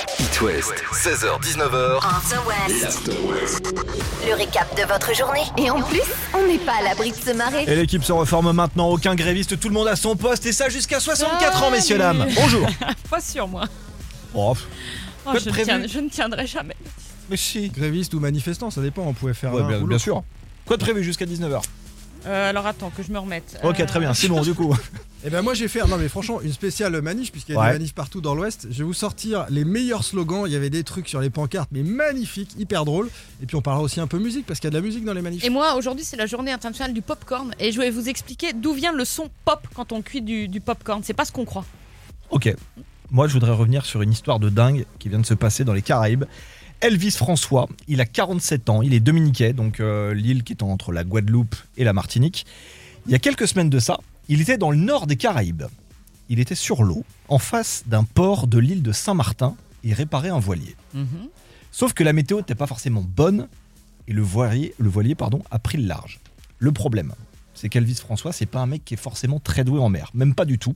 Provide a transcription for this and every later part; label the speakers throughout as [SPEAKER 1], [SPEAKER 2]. [SPEAKER 1] It West, 16h-19h,
[SPEAKER 2] After West,
[SPEAKER 1] l'After West.
[SPEAKER 2] le récap de votre journée. Et en plus, on n'est pas à l'abri de se marrer.
[SPEAKER 3] Et l'équipe se reforme maintenant, aucun gréviste, tout le monde à son poste, et ça jusqu'à 64 ans, messieurs,
[SPEAKER 4] Salut.
[SPEAKER 3] dames. Bonjour.
[SPEAKER 4] Pas sûr, moi.
[SPEAKER 3] Oh,
[SPEAKER 4] Oh,
[SPEAKER 3] Pas de
[SPEAKER 4] je, ne
[SPEAKER 3] prévu.
[SPEAKER 4] tiens- je ne tiendrai jamais.
[SPEAKER 3] mais si.
[SPEAKER 5] Gréviste ou manifestant, ça dépend, on pouvait faire
[SPEAKER 3] Ouais,
[SPEAKER 5] un
[SPEAKER 3] bien,
[SPEAKER 5] ou
[SPEAKER 3] bien
[SPEAKER 5] l'autre.
[SPEAKER 3] sûr. Quoi de prévu jusqu'à 19h
[SPEAKER 4] Euh, alors attends, que je me remette.
[SPEAKER 3] Ok,
[SPEAKER 4] Euh,
[SPEAKER 3] très bien, Simon, du coup.
[SPEAKER 5] Eh ben moi j'ai fait, non mais franchement, une spéciale manif, puisqu'il y a
[SPEAKER 3] Ouais.
[SPEAKER 5] des manifs partout dans l'Ouest. Je vais vous sortir les meilleurs slogans, il y avait des trucs sur les pancartes, mais magnifiques, hyper drôles. Et puis on parlera aussi un peu musique, parce qu'il y a de la musique dans les manifs.
[SPEAKER 4] Et moi, aujourd'hui, c'est la journée internationale du popcorn. Et je vais vous expliquer d'où vient le son pop quand on cuit du, du popcorn. C'est pas ce qu'on croit.
[SPEAKER 3] Ok. Moi, je voudrais revenir sur une histoire de dingue qui vient de se passer dans les Caraïbes. Elvis François, il a 47 ans, il est dominiquais, donc euh, l'île qui est entre la Guadeloupe et la Martinique. Il y a quelques semaines de ça, il était dans le nord des Caraïbes. Il était sur l'eau, en face d'un port de l'île de Saint-Martin, et réparait un voilier.
[SPEAKER 4] Mhm.
[SPEAKER 3] Sauf que la météo n'était pas forcément bonne, et le voilier, le voilier pardon, a pris le large. Le problème, c'est qu'Elvis François, c'est pas un mec qui est forcément très doué en mer, même pas du tout.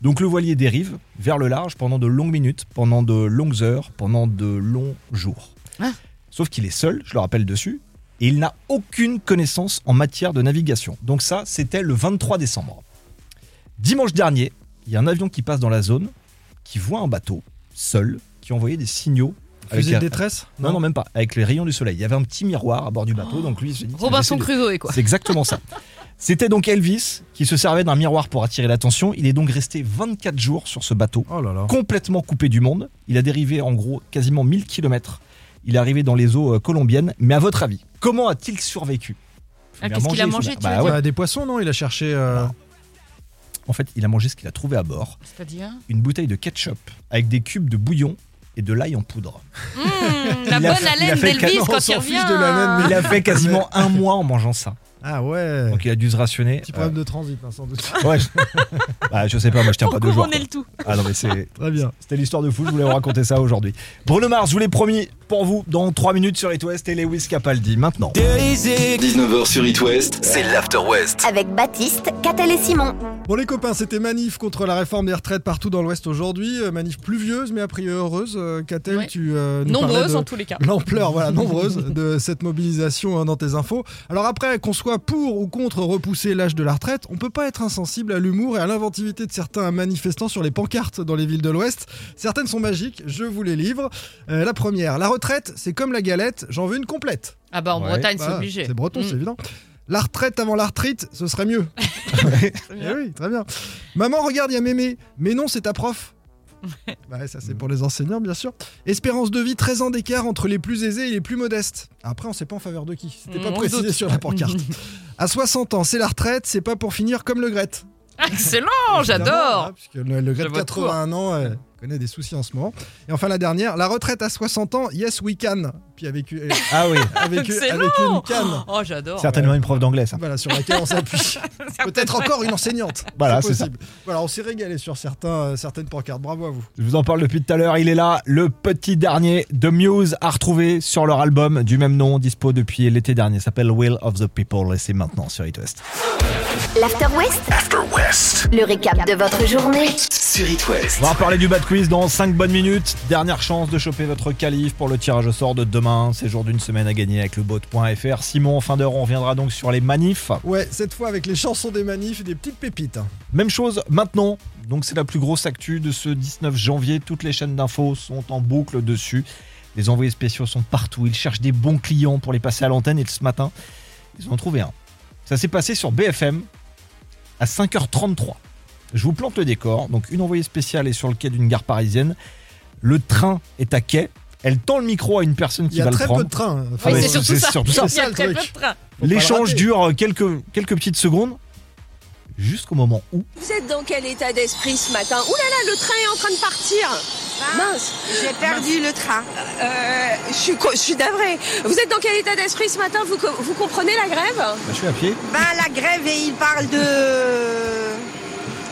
[SPEAKER 3] Donc le voilier dérive vers le large pendant de longues minutes, pendant de longues heures, pendant de longs jours.
[SPEAKER 4] Ah.
[SPEAKER 3] Sauf qu'il est seul, je le rappelle dessus, et il n'a aucune connaissance en matière de navigation. Donc ça, c'était le 23 décembre. Dimanche dernier, il y a un avion qui passe dans la zone, qui voit un bateau, seul, qui envoyait des signaux. avec
[SPEAKER 5] Fusil de
[SPEAKER 3] un-
[SPEAKER 5] détresse
[SPEAKER 3] non, non, même pas. Avec les rayons du soleil. Il y avait un petit miroir à bord du bateau, donc lui, il se dit.
[SPEAKER 4] Robinson
[SPEAKER 3] tiens, je vais essayer
[SPEAKER 4] Crusoe,
[SPEAKER 3] de-
[SPEAKER 4] quoi.
[SPEAKER 3] C'est exactement ça. C'était donc Elvis qui se servait d'un miroir pour attirer l'attention. Il est donc resté 24 jours sur ce bateau,
[SPEAKER 5] Oh là là.
[SPEAKER 3] complètement coupé du monde. Il a dérivé en gros quasiment 1000 km. Il est arrivé dans les eaux euh, colombières. Mais à votre avis, comment a-t-il survécu
[SPEAKER 4] Ah,
[SPEAKER 3] Il
[SPEAKER 4] qu'est-ce qu'il a
[SPEAKER 3] sous
[SPEAKER 4] mangé,
[SPEAKER 3] mer.
[SPEAKER 4] tu
[SPEAKER 3] Bah
[SPEAKER 4] veux
[SPEAKER 3] ouais.
[SPEAKER 5] Bah, des poissons, non Il a cherché. euh,
[SPEAKER 3] En fait, il a mangé ce qu'il a trouvé à bord
[SPEAKER 4] C'est-à-dire
[SPEAKER 3] une bouteille de ketchup avec des cubes de bouillon et de l'ail en poudre.
[SPEAKER 4] La
[SPEAKER 3] Il a
[SPEAKER 4] bonne
[SPEAKER 3] fait- il a
[SPEAKER 4] haleine
[SPEAKER 3] fait le
[SPEAKER 4] d'Elvis
[SPEAKER 3] canon, on
[SPEAKER 4] quand
[SPEAKER 5] s'en
[SPEAKER 4] il
[SPEAKER 5] fiche
[SPEAKER 4] revient. Ah,
[SPEAKER 5] de la haleine,
[SPEAKER 3] Il a fait quasiment un mois en mangeant ça.
[SPEAKER 5] Ah ouais.
[SPEAKER 3] Donc il a dû se rationner.
[SPEAKER 5] Petit problème de transit, hein, sans doute.
[SPEAKER 3] Ouais. je- Bah, je sais pas, moi je tiens
[SPEAKER 4] Pour
[SPEAKER 3] pas deux jours.
[SPEAKER 4] couronner le tout.
[SPEAKER 3] Ah non, mais c'est.
[SPEAKER 5] Très bien.
[SPEAKER 3] C'était l'histoire de fou, je voulais vous raconter ça aujourd'hui. Bruno Mars, je vous l'ai promis pour vous dans 3 minutes sur It West et Lewis Capaldi. Maintenant.
[SPEAKER 1] 19h sur It West, c'est l'After West.
[SPEAKER 2] Avec Baptiste, Catel et Simon.
[SPEAKER 5] Bon, les copains, c'était manif contre la réforme des retraites partout dans l'Ouest aujourd'hui. Euh, manif pluvieuse, mais a priori heureuse. Euh, Catel,
[SPEAKER 4] Ouais.
[SPEAKER 5] tu euh, nous parlais
[SPEAKER 4] Nombreuses
[SPEAKER 5] de-
[SPEAKER 4] en tous les cas.
[SPEAKER 5] l'ampleur voilà, nombreuse de cette mobilisation hein, dans tes infos. Alors après, qu'on soit pour ou contre repousser l'âge de la retraite, on peut pas être insensible à l'humour et à l'inventivité de certains manifestants sur les pancartes dans les villes de l'Ouest. Certaines sont magiques, je vous les livre. Euh, la première, la retraite, c'est comme la galette, j'en veux une complète.
[SPEAKER 4] Ah bah en
[SPEAKER 3] Ouais,
[SPEAKER 4] Bretagne, c'est
[SPEAKER 5] Voilà,
[SPEAKER 4] obligé.
[SPEAKER 5] C'est breton,
[SPEAKER 4] Mm.
[SPEAKER 5] c'est évident. La retraite avant la retraite, ce serait mieux. Eh oui, très bien. Maman, regarde, il y a mémé. Mais non, c'est ta prof. Bah, ça, c'est pour les enseignants, bien sûr. Espérance de vie, 13 ans d'écart entre les plus aisés et les plus modestes. Après, on sait pas en faveur de qui. C'était pas
[SPEAKER 4] Mm, On
[SPEAKER 5] précisé
[SPEAKER 4] doute.
[SPEAKER 5] sur la pancarte. à 60 ans, c'est la retraite, c'est pas pour finir comme le Grette.
[SPEAKER 4] Hmm. Excellent,
[SPEAKER 5] Évidemment, hein,
[SPEAKER 4] j'adore.
[SPEAKER 5] puisque le, le
[SPEAKER 4] Je hein.
[SPEAKER 5] Grette,
[SPEAKER 4] vote
[SPEAKER 5] 81 ans, euh, connaît des soucis en ce moment. Et enfin, la dernière, la retraite à 60 ans, yes, we can. Puis avec, euh,
[SPEAKER 3] Ah oui,
[SPEAKER 5] avec,
[SPEAKER 4] Excellent.
[SPEAKER 5] avec une canne.
[SPEAKER 4] Oh, j'adore.
[SPEAKER 3] certainement une preuve d'anglais ça.
[SPEAKER 5] Voilà, sur laquelle on s'appuie. Peut-être encore une enseignante.
[SPEAKER 3] Voilà, c'est
[SPEAKER 5] possible. Voilà, on s'est régalé sur certains, euh, certaines pancartes. Bravo à vous.
[SPEAKER 3] Je vous en parle depuis tout à l'heure, il est là, le petit dernier de Muse à retrouver sur leur album du même nom, dispo depuis l'été dernier, s'appelle Will of the People et c'est maintenant sur It West.
[SPEAKER 2] L'After West,
[SPEAKER 1] After West,
[SPEAKER 2] le récap de votre journée.
[SPEAKER 1] sur It West.
[SPEAKER 3] On va parler du bad quiz dans 5 bonnes minutes. Dernière chance de choper votre calife pour le tirage au sort de demain. C'est jour d'une semaine à gagner avec le bot.fr. Simon, en fin d'heure, on reviendra donc sur les manifs.
[SPEAKER 5] Ouais, cette fois avec les chansons des manifs et des petites pépites. hein.
[SPEAKER 3] Même chose maintenant. Donc c'est la plus grosse actu de ce 19 janvier. Toutes les chaînes d'infos sont en boucle dessus. Les envoyés spéciaux sont partout. Ils cherchent des bons clients pour les passer à l'antenne. Et ce matin, ils ont trouvé un. Ça s'est passé sur BFM à 5h33. Je vous plante le décor. Donc une envoyée spéciale est sur le quai d'une gare parisienne. Le train est à quai. Elle tend le micro à une personne
[SPEAKER 5] Il
[SPEAKER 3] qui
[SPEAKER 5] y a
[SPEAKER 3] va le
[SPEAKER 5] très peu
[SPEAKER 3] prendre.
[SPEAKER 5] de trains. hein. Enfin,
[SPEAKER 4] Oui,
[SPEAKER 3] Ah Ouais,
[SPEAKER 4] c'est
[SPEAKER 5] faut
[SPEAKER 4] surtout
[SPEAKER 3] c'est
[SPEAKER 4] ça.
[SPEAKER 3] surtout ça. Ah
[SPEAKER 4] Il y a
[SPEAKER 5] C'est ça,
[SPEAKER 4] très peu
[SPEAKER 5] le
[SPEAKER 4] de
[SPEAKER 5] truc.
[SPEAKER 4] trains.
[SPEAKER 5] pas le
[SPEAKER 3] L'échange
[SPEAKER 5] rater.
[SPEAKER 3] dure quelques, quelques petites secondes jusqu'au moment où Bah,
[SPEAKER 6] Vous êtes dans quel état d'esprit ce matin Ouh là là, le train est en train de partir Mince
[SPEAKER 7] Ah, J'ai perdu le train.
[SPEAKER 6] Euh, Je suis, co- je suis navrée. Vous êtes dans quel état d'esprit ce matin vous, co- vous comprenez la grève
[SPEAKER 3] Bah, je suis à pied.
[SPEAKER 7] Ben, la grève et il parle de.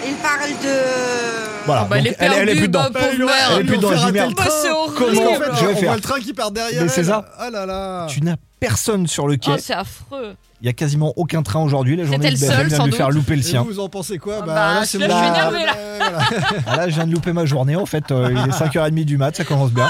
[SPEAKER 7] Il parle de.
[SPEAKER 3] Voilà,
[SPEAKER 4] Bah,
[SPEAKER 3] donc
[SPEAKER 4] elle est perdue,
[SPEAKER 3] plus dedans.
[SPEAKER 4] bah, pauvre
[SPEAKER 3] Elle est
[SPEAKER 4] mère.
[SPEAKER 3] plus dedans,
[SPEAKER 5] Ils l'ont
[SPEAKER 3] j'y
[SPEAKER 5] fait
[SPEAKER 3] merde.
[SPEAKER 4] Bah, c'est
[SPEAKER 5] Parce
[SPEAKER 4] horrible.
[SPEAKER 5] qu'en
[SPEAKER 3] Comment
[SPEAKER 5] fait,
[SPEAKER 3] Je vais
[SPEAKER 5] on
[SPEAKER 3] faire.
[SPEAKER 5] voit le train qui part derrière.
[SPEAKER 3] Mais c'est
[SPEAKER 5] elle.
[SPEAKER 3] ça.
[SPEAKER 5] Ah là là.
[SPEAKER 3] Tu n'as personne sur le quai.
[SPEAKER 4] Oh,
[SPEAKER 3] Il
[SPEAKER 4] c'est affreux.
[SPEAKER 3] y a quasiment aucun train aujourd'hui. La journée
[SPEAKER 4] C'était
[SPEAKER 3] de
[SPEAKER 4] le
[SPEAKER 3] BFM
[SPEAKER 4] seul,
[SPEAKER 3] vient
[SPEAKER 4] sans
[SPEAKER 3] de lui faire
[SPEAKER 4] doute.
[SPEAKER 3] louper le
[SPEAKER 5] Et
[SPEAKER 3] sien.
[SPEAKER 5] vous, vous en pensez quoi
[SPEAKER 4] Ah bah,
[SPEAKER 5] c'est
[SPEAKER 4] celui-là,
[SPEAKER 3] je suis
[SPEAKER 5] moi.
[SPEAKER 4] énervée, là.
[SPEAKER 5] Euh, voilà.
[SPEAKER 4] Oh
[SPEAKER 3] Ah là, je viens de louper ma journée. En fait, euh, il est 5h30 du mat, ça commence bien.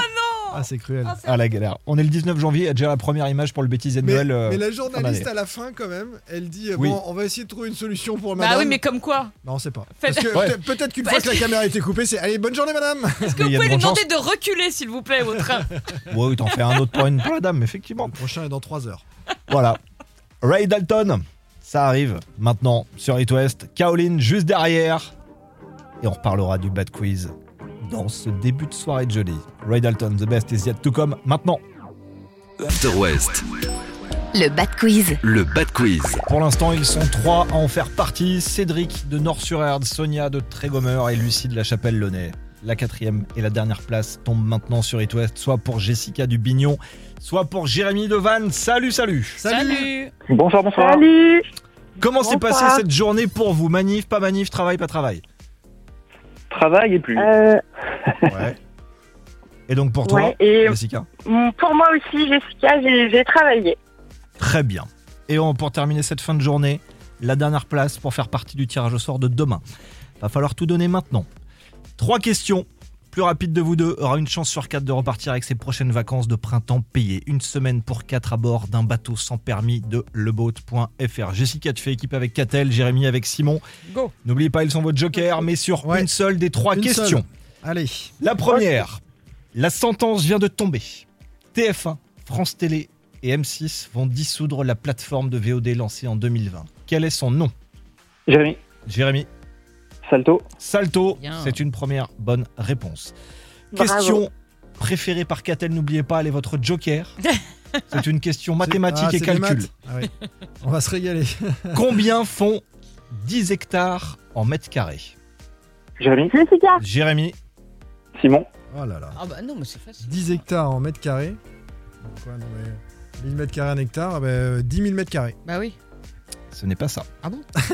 [SPEAKER 5] Ah, c'est cruel.
[SPEAKER 3] Ah la galère. On est le 19 janvier, il y a déjà la première image pour le bêtisier de
[SPEAKER 5] Mais,
[SPEAKER 3] Noël. euh,
[SPEAKER 5] mais la
[SPEAKER 3] fin
[SPEAKER 5] journaliste
[SPEAKER 3] d'année.
[SPEAKER 5] à la fin, quand même, elle dit euh,
[SPEAKER 3] Oui.
[SPEAKER 5] Bon, on va essayer de trouver une solution pour
[SPEAKER 4] Bah
[SPEAKER 5] madame.
[SPEAKER 4] oui, mais comme quoi
[SPEAKER 5] Non, c'est pas.
[SPEAKER 4] Faites- Bah,
[SPEAKER 5] Parce que
[SPEAKER 3] Ouais.
[SPEAKER 5] peut- peut-être qu'une
[SPEAKER 4] Parce
[SPEAKER 5] fois que la caméra a été coupée, c'est Allez, bonne journée, madame
[SPEAKER 4] Est-ce
[SPEAKER 3] Mais
[SPEAKER 4] que
[SPEAKER 3] il
[SPEAKER 4] vous
[SPEAKER 3] y a de
[SPEAKER 4] pouvez lui
[SPEAKER 3] bonnes
[SPEAKER 4] demander de reculer, s'il vous plaît, au train
[SPEAKER 3] Ouais, oui, t'en fais un autre pour une pour la dame, effectivement.
[SPEAKER 5] Le prochain est dans 3 heures.
[SPEAKER 3] Voilà. Ray Dalton, ça arrive maintenant sur It West. Kaolin juste derrière. Et on reparlera du bad quiz dans ce début de soirée de jeudi. Ray Dalton, The Best is yet to come maintenant.
[SPEAKER 1] After West,
[SPEAKER 2] Le Bad Quiz.
[SPEAKER 1] le Bad Quiz.
[SPEAKER 3] Pour l'instant, ils sont trois à en faire partie. Cédric de Nord-sur-Erde, Sonia de Trégomer et Lucie de la Chapelle-Launay. La quatrième et la dernière place tombe maintenant sur It West, soit pour Jessica Dubignon, soit pour Jérémy Devanne. Salut, salut
[SPEAKER 4] Salut
[SPEAKER 8] Bonsoir, bonsoir.
[SPEAKER 9] Salut
[SPEAKER 3] Comment s'est
[SPEAKER 9] Bonsoir.
[SPEAKER 3] passée cette journée pour vous Manif, pas manif, travail, pas travail
[SPEAKER 8] Travail et plus.
[SPEAKER 9] Euh,
[SPEAKER 3] Ouais. Et donc pour toi,
[SPEAKER 9] ouais, et
[SPEAKER 3] Jessica
[SPEAKER 9] mm, pour moi aussi, Jessica, j'ai j'ai travaillé.
[SPEAKER 3] Très bien. Et on, pour terminer cette fin de journée, la dernière place pour faire partie du tirage au sort de demain. Va falloir tout donner maintenant. Trois questions. Plus rapide de vous deux aura une chance sur quatre de repartir avec ses prochaines vacances de printemps payées. Une semaine pour quatre à bord d'un bateau sans permis de leboat.fr. Jessica, tu fais équipe avec Catel, Jérémy avec Simon.
[SPEAKER 4] Go.
[SPEAKER 3] N'oubliez pas, ils sont votre joker, mais sur
[SPEAKER 5] Ouais.
[SPEAKER 3] une seule des trois
[SPEAKER 5] Une
[SPEAKER 3] questions.
[SPEAKER 5] seule. Allez.
[SPEAKER 3] La première, la sentence vient de tomber. TF1, France Télé et M6 vont dissoudre la plateforme de VOD lancée en 2020. Quel est son nom
[SPEAKER 8] Jérémy,
[SPEAKER 3] Jérémy
[SPEAKER 8] Salto,
[SPEAKER 3] Salto,
[SPEAKER 4] Bien.
[SPEAKER 3] c'est une première bonne réponse.
[SPEAKER 9] Bravo.
[SPEAKER 3] Question préférée par Catel, n'oubliez pas, elle est votre joker. C'est une question mathématique
[SPEAKER 5] Ah,
[SPEAKER 3] et
[SPEAKER 5] c'est des
[SPEAKER 3] calcul.
[SPEAKER 5] maths. Ah oui. On va se régaler.
[SPEAKER 3] Combien font 10 hectares en mètres carrés
[SPEAKER 8] Jérémy,
[SPEAKER 9] Jessica
[SPEAKER 3] Jérémy,
[SPEAKER 8] Simon,
[SPEAKER 5] Oh là là.
[SPEAKER 4] Ah bah non, mais c'est facile.
[SPEAKER 5] 10 hectares en mètres carrés. Quoi, non, mais 1000 mètres carrés, un hectare, ah bah, euh, 10 000 mètres carrés.
[SPEAKER 4] Bah oui.
[SPEAKER 3] ce n'est pas ça.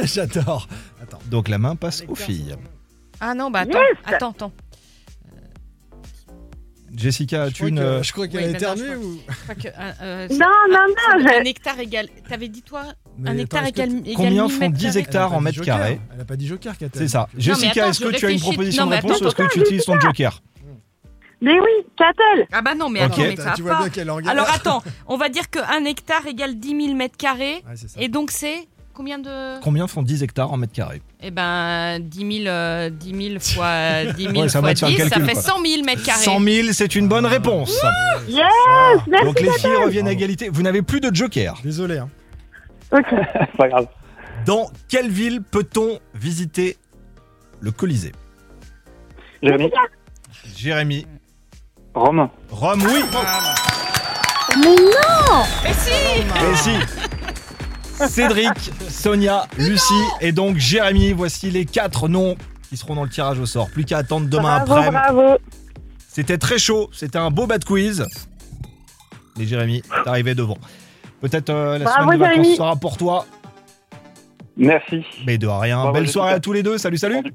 [SPEAKER 5] J'adore. Attends.
[SPEAKER 3] Donc la main passe aux filles.
[SPEAKER 4] Ah non, bah attends,
[SPEAKER 9] Yes
[SPEAKER 4] attends, attends.
[SPEAKER 3] Jessica,
[SPEAKER 5] Je
[SPEAKER 3] as-tu
[SPEAKER 5] crois
[SPEAKER 3] Euh, une...
[SPEAKER 5] que- je crois qu'elle
[SPEAKER 4] Oui,
[SPEAKER 5] a
[SPEAKER 4] d'accord,
[SPEAKER 5] éternué
[SPEAKER 4] je
[SPEAKER 5] ou.
[SPEAKER 4] Je crois que, euh, euh,
[SPEAKER 9] Non, non,
[SPEAKER 4] ça
[SPEAKER 9] non,
[SPEAKER 4] doit être
[SPEAKER 9] je-
[SPEAKER 4] Un hectare égal. T'avais dit toi
[SPEAKER 5] Mais
[SPEAKER 4] Un
[SPEAKER 5] attends,
[SPEAKER 4] hectare
[SPEAKER 5] est-ce que
[SPEAKER 4] égal.
[SPEAKER 5] t-
[SPEAKER 4] égal
[SPEAKER 3] Combien
[SPEAKER 4] 1000
[SPEAKER 3] font
[SPEAKER 4] mètres
[SPEAKER 3] 10
[SPEAKER 4] carrés.
[SPEAKER 5] elle a
[SPEAKER 3] hectares
[SPEAKER 5] pas
[SPEAKER 3] en
[SPEAKER 5] dit
[SPEAKER 3] mètres
[SPEAKER 5] joker.
[SPEAKER 3] carrés
[SPEAKER 5] Elle a pas dit joker, Katel.
[SPEAKER 3] C'est ça. Jessica,
[SPEAKER 4] attends,
[SPEAKER 3] est-ce
[SPEAKER 4] je
[SPEAKER 3] que tu as une
[SPEAKER 4] réfléchis.
[SPEAKER 3] proposition
[SPEAKER 4] Non, mais
[SPEAKER 3] de réponse
[SPEAKER 4] attends,
[SPEAKER 3] ou est-ce que tu utilises ton joker
[SPEAKER 9] Mais oui, Catel
[SPEAKER 4] Ah bah non, mais
[SPEAKER 3] Ok.
[SPEAKER 4] attends, mais ça
[SPEAKER 5] Attends,
[SPEAKER 4] va
[SPEAKER 5] Tu vois
[SPEAKER 4] pas.
[SPEAKER 5] bien qu'elle est en galère.
[SPEAKER 4] Alors attends, on va dire qu'un hectare égale 10 000 mètres carrés.
[SPEAKER 5] Ouais, c'est ça.
[SPEAKER 4] Et donc c'est combien de...
[SPEAKER 3] Combien font 10 hectares en mètres carrés
[SPEAKER 4] Eh ben 10 000, euh, 10 000 fois 10 000
[SPEAKER 3] Ouais, ça va
[SPEAKER 4] fois
[SPEAKER 3] te faire le
[SPEAKER 4] 10, ça
[SPEAKER 3] calcul,
[SPEAKER 4] fait
[SPEAKER 3] quoi.
[SPEAKER 4] 100 000 mètres carrés.
[SPEAKER 3] 100 000, c'est une bonne réponse.
[SPEAKER 9] Yes Merci
[SPEAKER 3] Donc les filles reviennent à
[SPEAKER 5] Bravo.
[SPEAKER 3] égalité. Vous n'avez plus de joker.
[SPEAKER 5] Désolé. hein.
[SPEAKER 9] Ok.
[SPEAKER 8] c'est pas grave.
[SPEAKER 3] Dans quelle ville peut-on visiter le Colisée
[SPEAKER 8] Jérémy,
[SPEAKER 3] Jérémy.
[SPEAKER 8] Rome,
[SPEAKER 3] Rome, oui.
[SPEAKER 9] Mais non
[SPEAKER 4] Mais si
[SPEAKER 3] Et si Cédric, Sonia, Lucie et donc Jérémy. Voici les quatre noms qui seront dans le tirage au sort. Plus qu'à attendre demain
[SPEAKER 9] Bravo,
[SPEAKER 3] après.
[SPEAKER 9] bravo
[SPEAKER 3] C'était très chaud, c'était un beau bad quiz. Mais Jérémy, t'arrivais devant. Peut-être euh, la
[SPEAKER 9] Bravo,
[SPEAKER 3] semaine de vacances
[SPEAKER 9] Jérémy.
[SPEAKER 3] sera pour toi,
[SPEAKER 8] merci.
[SPEAKER 3] mais de rien.
[SPEAKER 8] Bravo,
[SPEAKER 3] Belle
[SPEAKER 8] Jessica.
[SPEAKER 3] soirée à tous les deux, salut, salut.
[SPEAKER 8] Bonne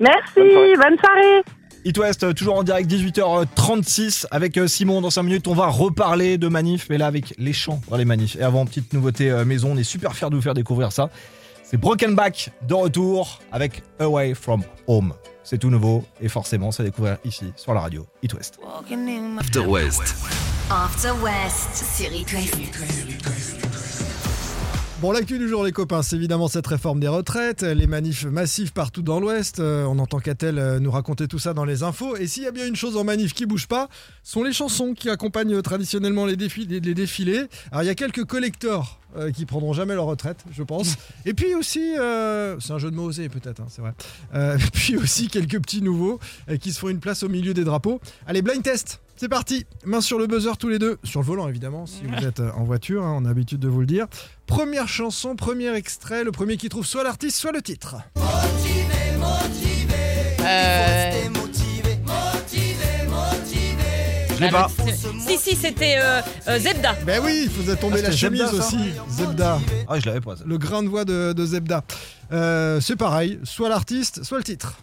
[SPEAKER 9] Merci,
[SPEAKER 8] soirée.
[SPEAKER 9] bonne soirée
[SPEAKER 3] It West, euh, toujours en direct, 18h36 avec euh, Simon. Dans 5 minutes, on va reparler de manif, mais là avec les chants dans les manifs. Et avant, petite nouveauté euh, maison, on est super fiers de vous faire découvrir ça. C'est Broken Back de retour avec Away From Home. C'est tout nouveau et forcément, c'est à découvrir ici sur la radio It West.
[SPEAKER 1] After West,
[SPEAKER 2] After West sur It West.
[SPEAKER 5] Bon, l'actu du jour, les copains, c'est évidemment cette réforme des retraites, les manifs massifs partout dans l'Ouest. Euh, on entend qu'Atel euh, nous raconter tout ça dans les infos. Et s'il y a bien une chose en manif qui bouge pas, sont les chansons qui accompagnent euh, traditionnellement les, défi- les- les défilés. Alors, il y a quelques collecteurs euh, qui prendront jamais leur retraite, je pense. Et puis aussi, euh, c'est un jeu de mots osé, peut-être, hein, c'est vrai. Euh, puis aussi quelques petits nouveaux euh, qui se font une place au milieu des drapeaux. Allez, blind test c'est parti, main sur le buzzer tous les deux, sur le volant évidemment, si vous êtes euh, en voiture, hein, on a l'habitude de vous le dire. Première chanson, premier extrait, le premier qui trouve soit l'artiste, soit le titre.
[SPEAKER 4] Euh,
[SPEAKER 3] Je l'ai pas.
[SPEAKER 4] Ah, Si, si, c'était euh, euh, Zebda.
[SPEAKER 5] Ben oui, il faisait tomber
[SPEAKER 3] Ah,
[SPEAKER 5] la
[SPEAKER 3] c'était
[SPEAKER 5] chemise
[SPEAKER 3] Zebda, ça
[SPEAKER 5] aussi. Zebda,
[SPEAKER 3] Ah, je l'avais pas. ça.
[SPEAKER 5] le grain de voix de, de Zebda. Euh, c'est pareil, soit l'artiste, soit le titre.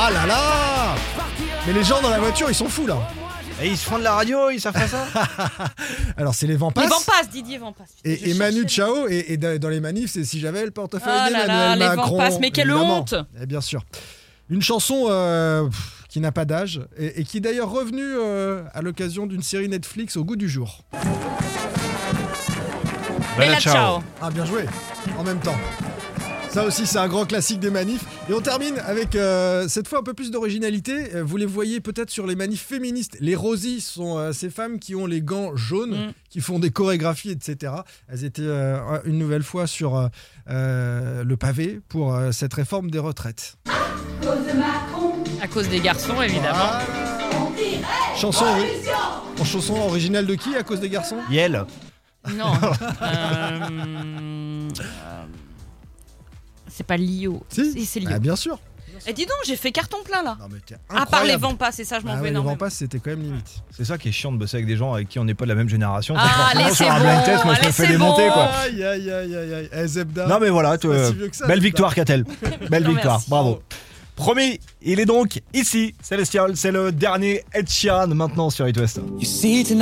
[SPEAKER 5] Ah là là Mais les gens dans la voiture, ils sont fous là.
[SPEAKER 3] Et ils se font de la radio, ils savent pas ça
[SPEAKER 5] Alors, c'est les vents
[SPEAKER 4] Les
[SPEAKER 5] passent.
[SPEAKER 4] vents passent, Didier vents passent. Putain, je
[SPEAKER 5] Et, et Manu
[SPEAKER 4] cherchais.
[SPEAKER 5] Chao, et, et dans dans les manifs, c'est si j'avais le portefeuille
[SPEAKER 4] Ah là là,
[SPEAKER 5] d'Emmanuel
[SPEAKER 4] les vents
[SPEAKER 5] Macron.
[SPEAKER 4] passent, mais quelle
[SPEAKER 5] évidemment.
[SPEAKER 4] honte
[SPEAKER 5] Eh bien sûr. Une chanson euh, pff, qui n'a pas d'âge et, et qui est d'ailleurs revenue euh, à l'occasion d'une série Netflix au goût du jour.
[SPEAKER 4] Bella ciao.
[SPEAKER 5] Ah, bien joué, en même temps. Ça aussi, c'est un grand classique des manifs. Et on termine avec, euh, cette fois, un peu plus d'originalité. Euh, Vous les voyez peut-être sur les manifs féministes. Les Rosies sont euh, ces femmes qui ont les gants jaunes,
[SPEAKER 4] Mm.
[SPEAKER 5] qui font des chorégraphies, etc. Elles étaient euh, une nouvelle fois sur euh, euh, le pavé pour euh, cette réforme des retraites.
[SPEAKER 4] À cause des garçons, évidemment.
[SPEAKER 5] Voilà. Chanson, en chanson originale de qui à cause des garçons
[SPEAKER 3] Yel.
[SPEAKER 4] Non. Euh, euh, C'est pas Lio.
[SPEAKER 5] Si.
[SPEAKER 4] C'est- C'est Lio.
[SPEAKER 5] Ah, Bien sûr.
[SPEAKER 4] Et dis donc, j'ai fait carton plein là.
[SPEAKER 5] Non, mais t'es
[SPEAKER 4] À part les
[SPEAKER 5] incroyable.
[SPEAKER 4] vents passent, et ça, je m'en
[SPEAKER 5] Ah
[SPEAKER 4] vais
[SPEAKER 5] ouais, les
[SPEAKER 4] énormément.
[SPEAKER 5] vents passent, c'était quand même limite.
[SPEAKER 3] C'est ça qui est chiant de bosser avec des gens avec qui on n'est pas de la même génération.
[SPEAKER 4] Ah,
[SPEAKER 3] C'est que forcément,
[SPEAKER 4] allez,
[SPEAKER 3] sur
[SPEAKER 4] c'est
[SPEAKER 3] un
[SPEAKER 4] bon,
[SPEAKER 3] blind test, moi je
[SPEAKER 4] allez,
[SPEAKER 3] me fais
[SPEAKER 4] c'est
[SPEAKER 3] démonter
[SPEAKER 4] bon.
[SPEAKER 3] quoi.
[SPEAKER 5] Aïe, aïe, aïe, aïe, aïe. Eh, Zebda.
[SPEAKER 3] Non mais voilà,
[SPEAKER 5] pas
[SPEAKER 3] euh,
[SPEAKER 5] si vieux que ça,
[SPEAKER 3] belle
[SPEAKER 5] Zebda.
[SPEAKER 3] victoire Catel. Belle
[SPEAKER 4] Non,
[SPEAKER 3] victoire,
[SPEAKER 4] merci.
[SPEAKER 3] bravo. Promis, il est donc ici, Célestial, c'est le dernier Ed Sheeran maintenant sur It West.